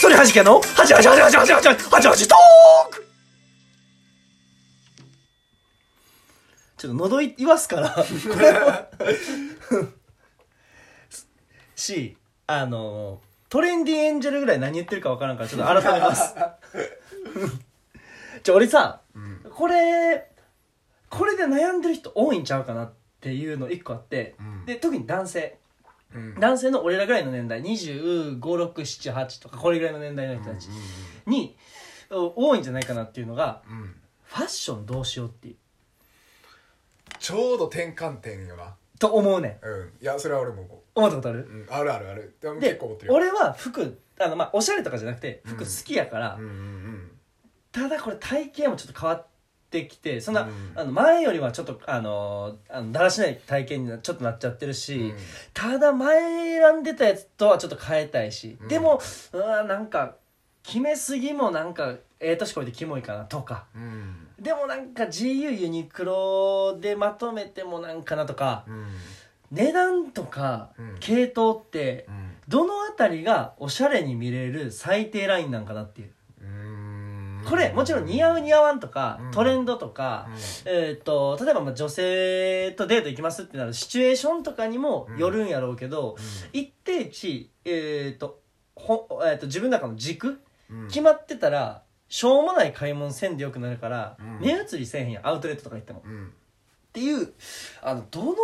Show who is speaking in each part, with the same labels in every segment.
Speaker 1: それはじけのはじはじはじはじはじはじはじはじはじトークちょっと喉い言わすからこれを しあのトレンディエンジェルぐらい何言ってるか分からんからちょっと改めます ちょ俺さ
Speaker 2: うん
Speaker 1: これこれで悩んでる人多いんちゃうかなっていうの1個あって、
Speaker 2: うん
Speaker 1: で特に男性
Speaker 2: うん
Speaker 1: 男性の俺らぐらいの年代2 5 6 7 8とかこれぐらいの年代の人たちにお多いんじゃないかなっていうのが
Speaker 2: うんうん
Speaker 1: ファッションどうしようっていう
Speaker 2: ちょうど転換点よな
Speaker 1: と思うねん
Speaker 2: うんいやそれは俺も
Speaker 1: 思
Speaker 2: 思
Speaker 1: ったことある
Speaker 2: う、うん、あるあるあるでも結
Speaker 1: で
Speaker 2: 構思ってるよ
Speaker 1: 俺は服あのまあおしゃれとかじゃなくて服好きやから、
Speaker 2: うんうん
Speaker 1: ただこれ体型もちょっと変わってきてそんな、
Speaker 2: うん
Speaker 1: あの前よりはちょっとあのあのだらしない体型になちょっとなっちゃってるし、
Speaker 2: うんうん
Speaker 1: ただ前選んでたやつとはちょっと変えたいし、
Speaker 2: うん
Speaker 1: でもうわなんか決めすぎもなんかええ年こいてキモいかなとか
Speaker 2: うん
Speaker 1: でもなんか GU ユニクロでまとめてもなんかなとか
Speaker 2: うん
Speaker 1: 値段とか
Speaker 2: うん
Speaker 1: 系統って
Speaker 2: うん
Speaker 1: どのあたりがおしゃれに見れる最低ラインなんかなっていう
Speaker 2: うん
Speaker 1: これもちろん似合う似合わんとか
Speaker 2: うん
Speaker 1: トレンドとか、えー、と例えばまあ女性とデート行きますってなるシチュエーションとかにもよるんやろうけど、一定値、えーとほえー、と自分の中の軸、
Speaker 2: うん
Speaker 1: 決まってたらしょうもない買い物せんでよくなるから、
Speaker 2: うん
Speaker 1: 目移りせえへんやんアウトレットとか行っても。っ
Speaker 2: うん
Speaker 1: ていうあのどの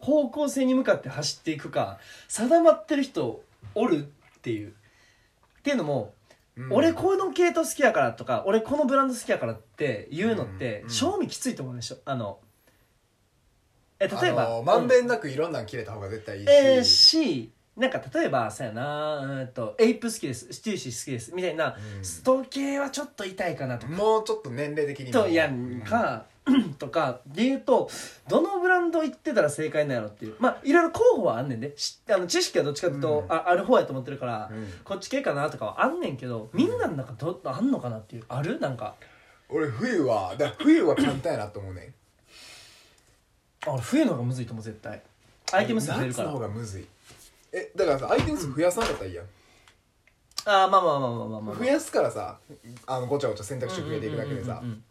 Speaker 1: 方向性に向かって走っていくか定まってる人おるっていう。っていうのも、
Speaker 2: うん
Speaker 1: 俺この系統好きやからとか俺このブランド好きやからって言うのって、
Speaker 2: うん
Speaker 1: 正味きついと思うでしょあのえ例え
Speaker 2: あ
Speaker 1: ば
Speaker 2: のまんべんなくいろんなん切れた方が絶対いいし、
Speaker 1: えー、しなんか例えばさやなうーんとエイプ好きですステューシー好きですみたいな、
Speaker 2: うん
Speaker 1: スト系はちょっと痛いかなとか、
Speaker 2: もうちょっと年齢的にも
Speaker 1: とやんか、とかで言うとどのブランド行ってたら正解なんやろっていうまあいろいろ候補はあんねんで、しあの知識はどっちかっていうと、
Speaker 2: うん
Speaker 1: あある方やと思ってるから、
Speaker 2: うん
Speaker 1: こっち系かなとかはあんねんけどみんなの中どあんのかなっていうあるなんか
Speaker 2: 俺冬はだから冬は簡単やなと思うねん
Speaker 1: あ俺冬の方がむずいと思う絶対 アイテム数増えるか
Speaker 2: 夏の
Speaker 1: ら
Speaker 2: 方がむずいえだからさアイテム数増やさなかったらいいやん、
Speaker 1: ああまあまあまあまあまあまあ、まあ、
Speaker 2: 増やすからさあのごちゃごちゃ選択肢増えていくだけでさ、
Speaker 1: うんうん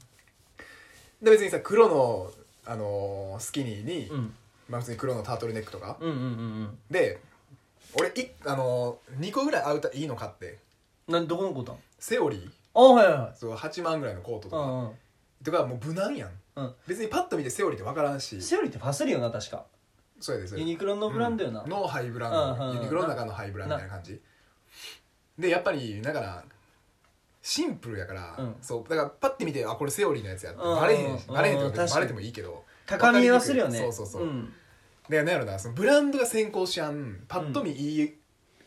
Speaker 2: で別にさ黒の、あのースキニーに、
Speaker 1: うんうん
Speaker 2: まあ、普通に黒のタートルネックとか、
Speaker 1: うんうんうんうんうん
Speaker 2: で俺い、あのー、2個ぐらいアウターいいの買って
Speaker 1: なんどこのことあ
Speaker 2: セオリー
Speaker 1: はいはいはい
Speaker 2: そう8万ぐらいのコートと
Speaker 1: う
Speaker 2: か、
Speaker 1: んうん
Speaker 2: とかもう無難やん
Speaker 1: うん
Speaker 2: 別にパッと見てセオリーって分からんし
Speaker 1: セオリーってファスリよな確か
Speaker 2: そうやでそれ
Speaker 1: ユニクロのブランドよな、
Speaker 2: うんのハイブランド、
Speaker 1: うんうん
Speaker 2: ユニクロの中のハイブランドみたいな感じでやっぱりだからシンプルやから、
Speaker 1: うん
Speaker 2: そうだからパッて見てあこれセオリーのやつやって
Speaker 1: うんうん
Speaker 2: バレへんし、
Speaker 1: うん
Speaker 2: バレへんってこ
Speaker 1: 確
Speaker 2: と
Speaker 1: か
Speaker 2: は
Speaker 1: に
Speaker 2: バレてもいいけど
Speaker 1: 高見えはするよね
Speaker 2: そうそうそう、
Speaker 1: ん
Speaker 2: でなんやろなそのブランドが先行しやんパッと見いい、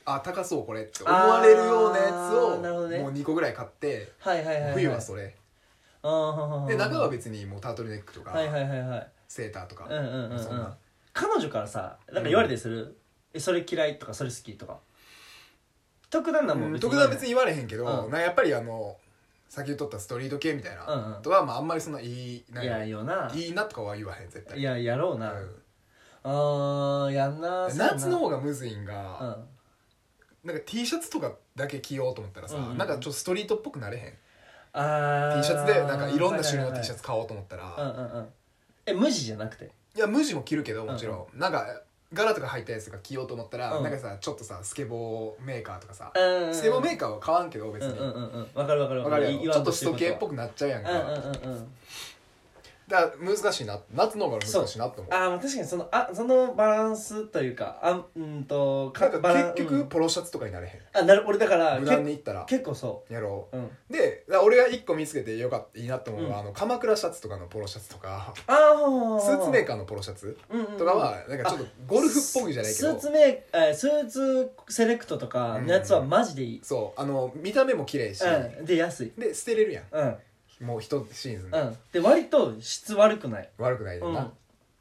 Speaker 2: あ高そうこれって思われるようなやつ
Speaker 1: あーなるほ
Speaker 2: を
Speaker 1: どね
Speaker 2: もう2個ぐらい買って
Speaker 1: はいはいはい、い、
Speaker 2: 冬はそれ
Speaker 1: あ
Speaker 2: で中は別にもうタートルネックとか、
Speaker 1: はいはいはいはい
Speaker 2: セーターとか、
Speaker 1: うんうんうん、う
Speaker 2: そん
Speaker 1: ん
Speaker 2: な、
Speaker 1: 彼女からさなんか言われてする、えそれ嫌いとかそれ好きとか特段なんも
Speaker 2: 特段別
Speaker 1: に
Speaker 2: に言われへんけど、
Speaker 1: うん
Speaker 2: なやっぱりあの先言っとったストリート系みたい
Speaker 1: うんう
Speaker 2: なんとは、まあ、あんまりそんないいなん
Speaker 1: いや
Speaker 2: や
Speaker 1: よない
Speaker 2: いなとかは言わへん絶対
Speaker 1: いややろうな、
Speaker 2: うん
Speaker 1: あーやんな
Speaker 2: 夏の
Speaker 1: 方
Speaker 2: 方がむずいん
Speaker 1: う
Speaker 2: が、
Speaker 1: ん
Speaker 2: なんか T シャツとかだけ着ようと思ったらさ、
Speaker 1: うんうん
Speaker 2: なんかちょっとストリートっぽくなれへん
Speaker 1: あ
Speaker 2: T シャツでなんかいろんな種類の T シャ
Speaker 1: ツ
Speaker 2: ツ買おうと思ったら、
Speaker 1: うんうんうんえ無地じゃなくて
Speaker 2: いや無地も着るけどもちろん、なんか柄とか入ったやつとか着ようと思ったら、
Speaker 1: うん
Speaker 2: なんかさちょっとさスケボーメーカーとかさ、
Speaker 1: うん
Speaker 2: スケボーメーカーは買わんけど別
Speaker 1: うん
Speaker 2: に、
Speaker 1: うんうんうんわかるわかる
Speaker 2: わかるやろ
Speaker 1: 言
Speaker 2: ち
Speaker 1: わ
Speaker 2: ょっ
Speaker 1: ん
Speaker 2: とス
Speaker 1: してる
Speaker 2: ト
Speaker 1: こと
Speaker 2: 系
Speaker 1: は
Speaker 2: っぽくなっちゃうやん
Speaker 1: う
Speaker 2: か、
Speaker 1: んうんうんうん
Speaker 2: だから難しいな夏の方が難しいなと思う
Speaker 1: あーまあ確かにそのあそのバランスというかあうんと
Speaker 2: なんか
Speaker 1: バラン
Speaker 2: 結
Speaker 1: う
Speaker 2: 局
Speaker 1: ん
Speaker 2: ポロシャツとかになれへん、
Speaker 1: あなる俺だから
Speaker 2: 無難
Speaker 1: け
Speaker 2: にいったら
Speaker 1: 結構そ
Speaker 2: やろ
Speaker 1: ううん
Speaker 2: うでだから俺が一個見つけてよかったいいなと思うのは、
Speaker 1: うん
Speaker 2: あの鎌倉シャツとかのポロシャツとか
Speaker 1: ああ
Speaker 2: スーツメー
Speaker 1: カ
Speaker 2: カーのポロシャツ
Speaker 1: ー
Speaker 2: とかはなんかちょっとゴルフっぽくじゃないけ
Speaker 1: スー
Speaker 2: ど
Speaker 1: ツメーカーえースーツセレクトとかのやつはマジでいい
Speaker 2: そうあの見た目も綺麗し、
Speaker 1: うんで安い
Speaker 2: で捨てれるや
Speaker 1: うん
Speaker 2: んもう一シーズン
Speaker 1: う
Speaker 2: で、
Speaker 1: んで割と質悪くない
Speaker 2: 悪くないよな、
Speaker 1: うん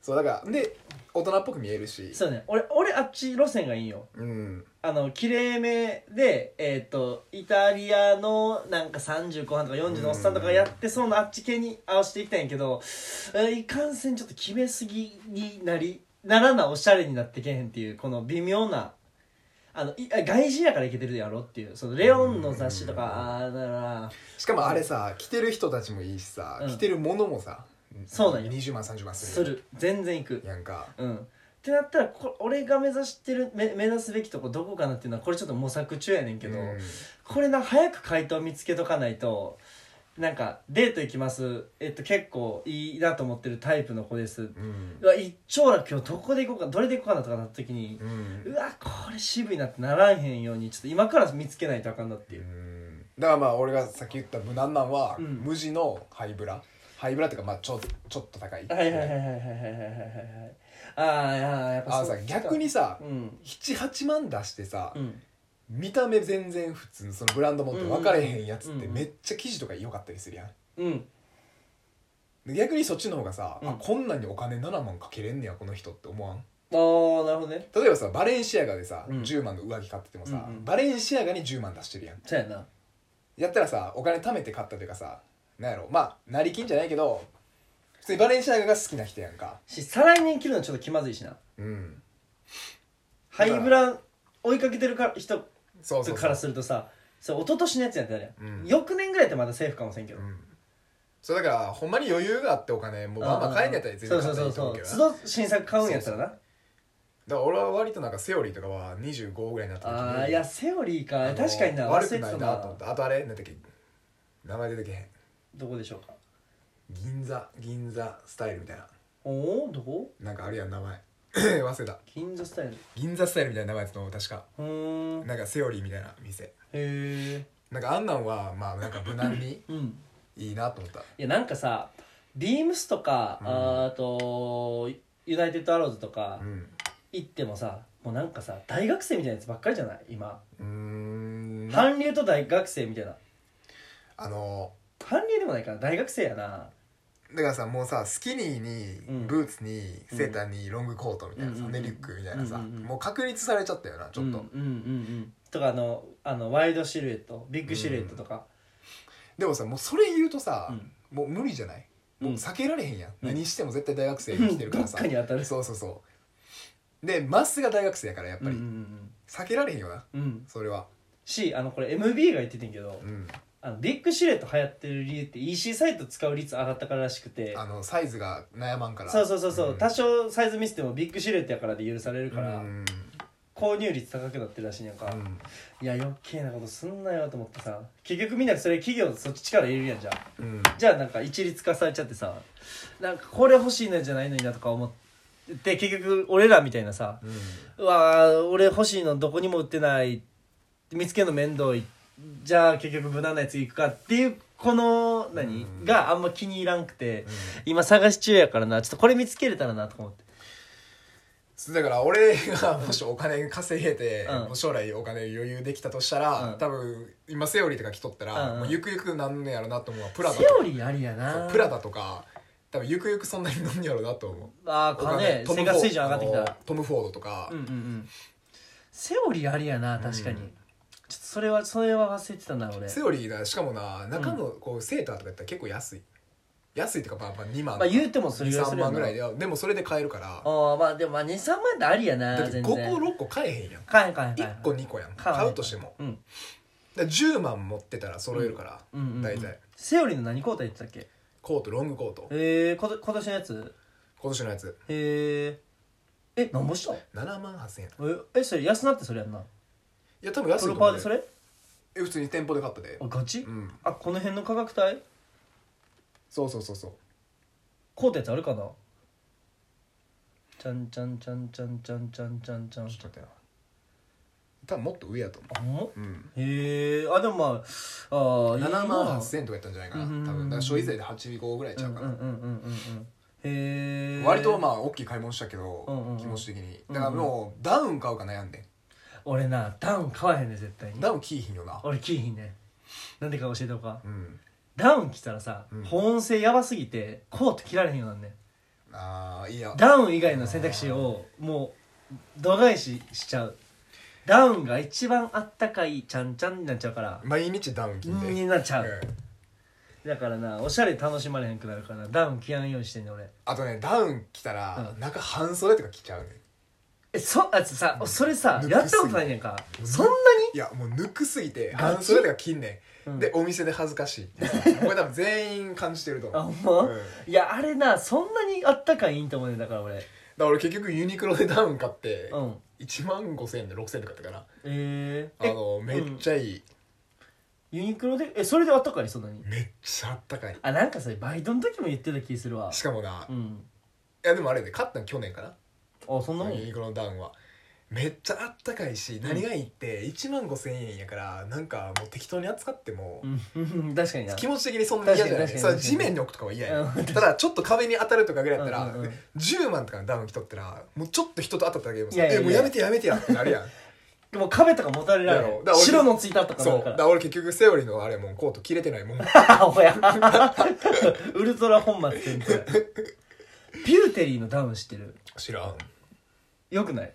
Speaker 2: そうだからで大人っぽく見えるし
Speaker 1: そうね俺俺あっち路線がいいよ
Speaker 2: うん
Speaker 1: あの綺麗めでえっ、とイタリアのなんか30後半とか40のおっさんとかがやってそうなあっち系に合わせていきたいんやけど、えーいかんせんちょっと決めすぎになりならなおしゃれになってけへんっていうこの微妙なあのい外人やからいけてるやろっていうそのレオンの雑誌とか、ああーだから
Speaker 2: しかもあれさ着てる人たちもいいしさ、
Speaker 1: うん
Speaker 2: 着てるものもさ
Speaker 1: そうだよ
Speaker 2: 20万30万
Speaker 1: す
Speaker 2: する
Speaker 1: る全然いく
Speaker 2: やんか
Speaker 1: うんってなったらこ俺が目指してるめ目指すべきとこどこかなっていうのはこれちょっと模索中やねんけど、
Speaker 2: うん
Speaker 1: これな早く回答見つけとかないとなんかデート行きますえっと結構いいなと思ってるタイプの子です
Speaker 2: うん
Speaker 1: うわ一丁楽今日どこで行こうかどれで行こうかなとかなった時に
Speaker 2: うん
Speaker 1: うわこれ渋いなってならんへんようにちょっと今から見つけないとあかんなっていうう、
Speaker 2: んだからまあ俺がさっき言った無難なんは、
Speaker 1: うん
Speaker 2: 無地のハイブラハイブラっていうかまあちょちょっと高い
Speaker 1: はいはいはいはいはいはいはいはいああいややっぱ
Speaker 2: あのさ逆にさ
Speaker 1: うん
Speaker 2: 78万出してさ、
Speaker 1: うん
Speaker 2: 見た目全然普通のそのブランドもって分かれへんやつ
Speaker 1: う
Speaker 2: っ
Speaker 1: んうん
Speaker 2: て
Speaker 1: うん
Speaker 2: めっちゃ生地とか良かったりするやん
Speaker 1: うん
Speaker 2: で逆にそっちの方がさ、
Speaker 1: うん
Speaker 2: あこんなんにお金7万かけれんねやこの人って思わ
Speaker 1: ああ
Speaker 2: ん
Speaker 1: なるほどね
Speaker 2: 例えばさバレンシアガでさ、
Speaker 1: うん
Speaker 2: 10万の上着買っててもさ、
Speaker 1: うんうん
Speaker 2: バレンシアガに10万出してるやん
Speaker 1: そうやな
Speaker 2: やったらさお金貯めて買ったというかさなんやろまあ成金じゃないけど普通にバレンシアガが好きな人やんか
Speaker 1: し再来年着るのちょっと気まずいしな
Speaker 2: うん
Speaker 1: ハイブラ追いかけてるか人
Speaker 2: そうそうそう
Speaker 1: からするとさそれ一昨年のやつやったらやん、
Speaker 2: うん
Speaker 1: 翌年ぐらいやってまだセーフかもしれんけど、
Speaker 2: うんそうだからほんまに余裕があってお金もうバンバン買えんやったら全
Speaker 1: そ
Speaker 2: 然
Speaker 1: うそ
Speaker 2: 買っ
Speaker 1: う
Speaker 2: たら
Speaker 1: そ
Speaker 2: いういと
Speaker 1: そう
Speaker 2: 思うけど
Speaker 1: 都
Speaker 2: な
Speaker 1: 度新作買うんやったらな
Speaker 2: だから俺は割となんかセオリーとかは25ぐらいになった時に
Speaker 1: ああいやセオリー
Speaker 2: あ
Speaker 1: か
Speaker 2: の
Speaker 1: 確かにな
Speaker 2: 悪
Speaker 1: 忘れて
Speaker 2: くな
Speaker 1: た
Speaker 2: いなと思ったあとあれなんだっけ名前出てけへん
Speaker 1: どこでしょうか
Speaker 2: 銀座銀座スタイルみたいな
Speaker 1: おおどこ
Speaker 2: なんかあるやん名前 忘れた
Speaker 1: 金座スタイル
Speaker 2: 銀座スタイルみたいな名前やつの確か
Speaker 1: うーんへ
Speaker 2: なんかセオリーみたいな店
Speaker 1: え
Speaker 2: なんかあんなんはまあなんか無難に
Speaker 1: うん
Speaker 2: いいなと思った
Speaker 1: いやなんかさビームスとか、
Speaker 2: うん
Speaker 1: あーとユナイテッドアローズとか
Speaker 2: うん
Speaker 1: 行ってもさ、もうなんかさ大学生みたいなやつばっかりじゃない今
Speaker 2: うーんな
Speaker 1: 韓流と大学生みたいな
Speaker 2: あの
Speaker 1: 韓流でもないかな大学生やな
Speaker 2: だからさもうさスキニー
Speaker 1: う
Speaker 2: に
Speaker 1: ん
Speaker 2: ブーツにセーターにロングコートみたいな
Speaker 1: うんうん
Speaker 2: さ
Speaker 1: うん
Speaker 2: ねリュックみたいなさ
Speaker 1: うんうんうん
Speaker 2: もう確立されちゃったよなち
Speaker 1: う
Speaker 2: ょっと
Speaker 1: んうんうんうんとかあのあのワイドシルエットビッグシルエットとか、
Speaker 2: でもさもうそれ言うと
Speaker 1: う
Speaker 2: さ
Speaker 1: ん
Speaker 2: もう無理じゃないもう避けられへんやん
Speaker 1: うん
Speaker 2: 何しても絶対大学生
Speaker 1: う
Speaker 2: が
Speaker 1: ん
Speaker 2: 来てるから
Speaker 1: ど
Speaker 2: さ
Speaker 1: っかに当たる
Speaker 2: そうそうそうでまっすぐが大学生やからやっぱ
Speaker 1: う
Speaker 2: り
Speaker 1: んうん
Speaker 2: 避けられへんよな
Speaker 1: うんうん
Speaker 2: それは
Speaker 1: しあのこれ MB が言っててんけど
Speaker 2: うん
Speaker 1: あのビッグシルエット流行ってる理由って EC サイト使う率上がったかららしくて
Speaker 2: あのサイズが悩まんから
Speaker 1: そうそうそうそう、
Speaker 2: ん
Speaker 1: 多少サイズミスってもビッグシルエットやからで許されるから、
Speaker 2: うん
Speaker 1: 購入率高くなってるらしいんやんか、
Speaker 2: うん
Speaker 1: いや余計なことすんなよと思ってさ結局みんなそれ企業そっち力入れるやんじゃん
Speaker 2: うん
Speaker 1: じゃあなんか一律化されちゃってさなんかこれ欲しいのじゃないのになとか思って結局俺らみたいなさ
Speaker 2: うん
Speaker 1: うわー俺欲しいのどこにも売ってない見つけるの面倒いじゃあ結局無難なやつ行くかっていうこの何、
Speaker 2: うん
Speaker 1: があんま気に入らんくて、今探し中やからなちょっとこれ見つけれたらなとか思って
Speaker 2: そうだから俺がもしお金稼げて、
Speaker 1: うん
Speaker 2: もう将来お金余裕できたとしたら、
Speaker 1: うん
Speaker 2: 多分今セオリーとか着とった
Speaker 1: う
Speaker 2: ら、
Speaker 1: んうん
Speaker 2: もうゆくゆくなんねやろなと思うわプラダと
Speaker 1: セ
Speaker 2: か
Speaker 1: オリーありやな
Speaker 2: そうプラダとか多分ゆくゆくそんなになんねやろなと思う
Speaker 1: ああ
Speaker 2: お
Speaker 1: 金
Speaker 2: 金トム
Speaker 1: 生活水準上がってきた
Speaker 2: あの
Speaker 1: ら
Speaker 2: トム・フォードとか、
Speaker 1: うんうんうんセオリーありやな確かに、
Speaker 2: うん
Speaker 1: ちょっとそれはそれは忘れてたな俺
Speaker 2: セオリーだしかもな中のこうセーターとかやったら結構安い安いっていうかまあまあ2万
Speaker 1: まあ言うてもそれぐらいす
Speaker 2: 3
Speaker 1: るや
Speaker 2: 万
Speaker 1: ん
Speaker 2: ぐらいででもそれで買えるから
Speaker 1: ああまあでもまあ23万ってありやな
Speaker 2: だって
Speaker 1: 全
Speaker 2: 5
Speaker 1: 然
Speaker 2: 個6個買えへんやん
Speaker 1: 買えん買えん買えん
Speaker 2: 1個2個やん
Speaker 1: 買わ
Speaker 2: 買
Speaker 1: へん
Speaker 2: うとしても
Speaker 1: うん
Speaker 2: だから10万持ってたら揃えるから、
Speaker 1: うんうんうん
Speaker 2: 大体
Speaker 1: セオリーの何交代言ってたっけ
Speaker 2: コートロングコート
Speaker 1: えー、こと今年のやつ
Speaker 2: 今年のやつ
Speaker 1: えー、え何ぼした
Speaker 2: 7万8000円い
Speaker 1: ええそれ安なってそれやんな
Speaker 2: や多分安い
Speaker 1: プロ
Speaker 2: と思
Speaker 1: パ
Speaker 2: う
Speaker 1: ーで
Speaker 2: で
Speaker 1: それ
Speaker 2: え普通に店舗で買ったで
Speaker 1: あガチ、
Speaker 2: うん
Speaker 1: あこの辺の価格帯
Speaker 2: そうそうそうそう
Speaker 1: 交代ってあるかなちゃんちゃんちゃんちゃんちゃんちゃんちゃんちゃん
Speaker 2: ちょっと待ってな多分もっと上やと思
Speaker 1: あほん
Speaker 2: ううん
Speaker 1: へえあでもまああーいいな
Speaker 2: 7万8000円とかやったんじゃないかな
Speaker 1: うんうんうん
Speaker 2: 多分だから消費税で85ぐらいちゃうか
Speaker 1: うん
Speaker 2: な
Speaker 1: うんうんうんうんへえ
Speaker 2: 割とまあ大きい買い物したけど
Speaker 1: うんうんうん
Speaker 2: 気持ち的にだからもうダウン買うか悩んで
Speaker 1: 俺なダウン買わへんね絶対に
Speaker 2: ダウン着いひんよな
Speaker 1: 俺着いひんねなんでか教えておか
Speaker 2: うん
Speaker 1: ダウン着たらさ、
Speaker 2: うん
Speaker 1: 保温性やばすぎてコート着られへんようなんね
Speaker 2: ああいいや
Speaker 1: ダウン以外の選択肢をもう度外視しちゃうダウンが一番あったかいちゃんちゃんになっちゃうから
Speaker 2: 毎日ダウン着んで
Speaker 1: になっちゃう
Speaker 2: うん
Speaker 1: だからなおしゃれ楽しまれへんくなるからなダウン着やんようにしてんね俺
Speaker 2: あとねダウン着た
Speaker 1: う
Speaker 2: ら
Speaker 1: ん
Speaker 2: 中半袖とか着ちゃうね
Speaker 1: ええそあさそれさ
Speaker 2: 抜く
Speaker 1: やったことないねんか
Speaker 2: ぎて
Speaker 1: そんなに
Speaker 2: いやもう抜くすぎて
Speaker 1: ガチ
Speaker 2: 半袖とか切んねん、
Speaker 1: うん
Speaker 2: でお店で恥ず かしいってさこれ多分全員感じてると
Speaker 1: あ
Speaker 2: 思う
Speaker 1: ほんま、
Speaker 2: うんだか
Speaker 1: いやあれなそんなにあったかいいんと思うねんだから俺
Speaker 2: ら俺結局ユニクロでダウン買って
Speaker 1: うん
Speaker 2: 1万5000円で6000円とかやったかな
Speaker 1: えー、
Speaker 2: あ
Speaker 1: え
Speaker 2: のめっちゃいい、
Speaker 1: ユニクロでえそれであったかいそんなに
Speaker 2: めっちゃあったかい
Speaker 1: あなんかそれバイトの時も言ってた気するわ
Speaker 2: しかもな、
Speaker 1: う
Speaker 2: い
Speaker 1: ん
Speaker 2: やでもあれで買ったの去年かな
Speaker 1: あそんなもん
Speaker 2: ユニクロのダウンはめっちゃあったかいし何がいいって1万5000円やからなんかもう適当に扱っても
Speaker 1: うん 確かにな
Speaker 2: 気持ち的にそんなに嫌じゃない
Speaker 1: 確かに確
Speaker 2: そ
Speaker 1: か
Speaker 2: れ
Speaker 1: に
Speaker 2: 地面に置くとかは嫌や
Speaker 1: うん
Speaker 2: ただちょっと壁に当たるとかぐらいやったら
Speaker 1: うんうんうん
Speaker 2: 10万とかのダウン着とったらもうちょっと人と当たっただけでもさ
Speaker 1: いやいやいや
Speaker 2: えもうやめてやめてやって なるやん
Speaker 1: でも壁とか持たれられ
Speaker 2: やろ
Speaker 1: な
Speaker 2: だから
Speaker 1: い
Speaker 2: 俺
Speaker 1: 白のついたとか
Speaker 2: そ
Speaker 1: な
Speaker 2: う
Speaker 1: るか
Speaker 2: だ
Speaker 1: ら
Speaker 2: から俺結局セオリーのあれやもんコート着れてないもん
Speaker 1: あ おやウルトラ本末転倒ピューテリーのダウン知ってる
Speaker 2: 知らん
Speaker 1: よくない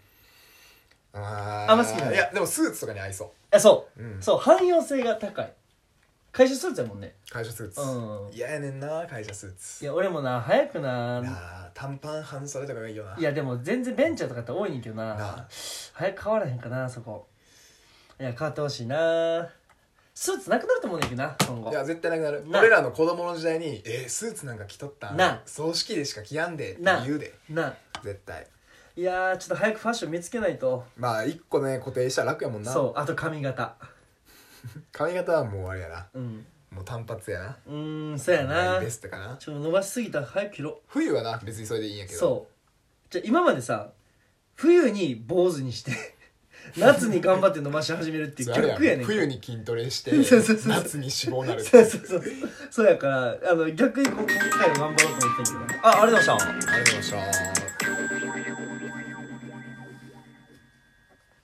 Speaker 2: あ
Speaker 1: あんま好きじゃない
Speaker 2: いやでもスーツとかに合いそ、
Speaker 1: えそう
Speaker 2: うん
Speaker 1: う、そう汎用性が高い会社スーツやもんね
Speaker 2: 会社スーツ
Speaker 1: うん
Speaker 2: 嫌やねんな会社スーツ
Speaker 1: いや俺もな早く
Speaker 2: いや
Speaker 1: な
Speaker 2: ー短パン半袖とかがいいよない
Speaker 1: やでも全然ベンチャーとかって多いねんけど
Speaker 2: なあ
Speaker 1: な早く変わらへんかなそこいや変わってほしいなスーツなくなると思うねんけどな今後
Speaker 2: いや絶対なくなる
Speaker 1: な
Speaker 2: 俺らの子供の時代に「えー、スーツなんか着とったん
Speaker 1: な
Speaker 2: 葬式でしか着やんで」って
Speaker 1: な
Speaker 2: 言うで
Speaker 1: な
Speaker 2: 絶対
Speaker 1: いやーちょっと早くファッション見つけないと
Speaker 2: まあ一個ね固定したら楽やもんな
Speaker 1: そうあと髪型
Speaker 2: 髪型はもうあれやな
Speaker 1: うん
Speaker 2: もう単発やな
Speaker 1: うーんそうやな
Speaker 2: ベストかな
Speaker 1: ちょっと伸ばしすぎたら早く切ろ
Speaker 2: 冬はな別にそれでいいんや
Speaker 1: う
Speaker 2: けど
Speaker 1: そうじゃあ今までさ冬に坊主にして 夏に頑張って伸ばし始めるっていう
Speaker 2: それあれや
Speaker 1: 逆やねん
Speaker 2: 冬に筋トレして
Speaker 1: そうそうそう
Speaker 2: 夏に脂肪なるって
Speaker 1: そうそうそうそうやからあの逆にこう今回は頑張ろうと思ってんけどあありがとうございました
Speaker 2: ありがとうございました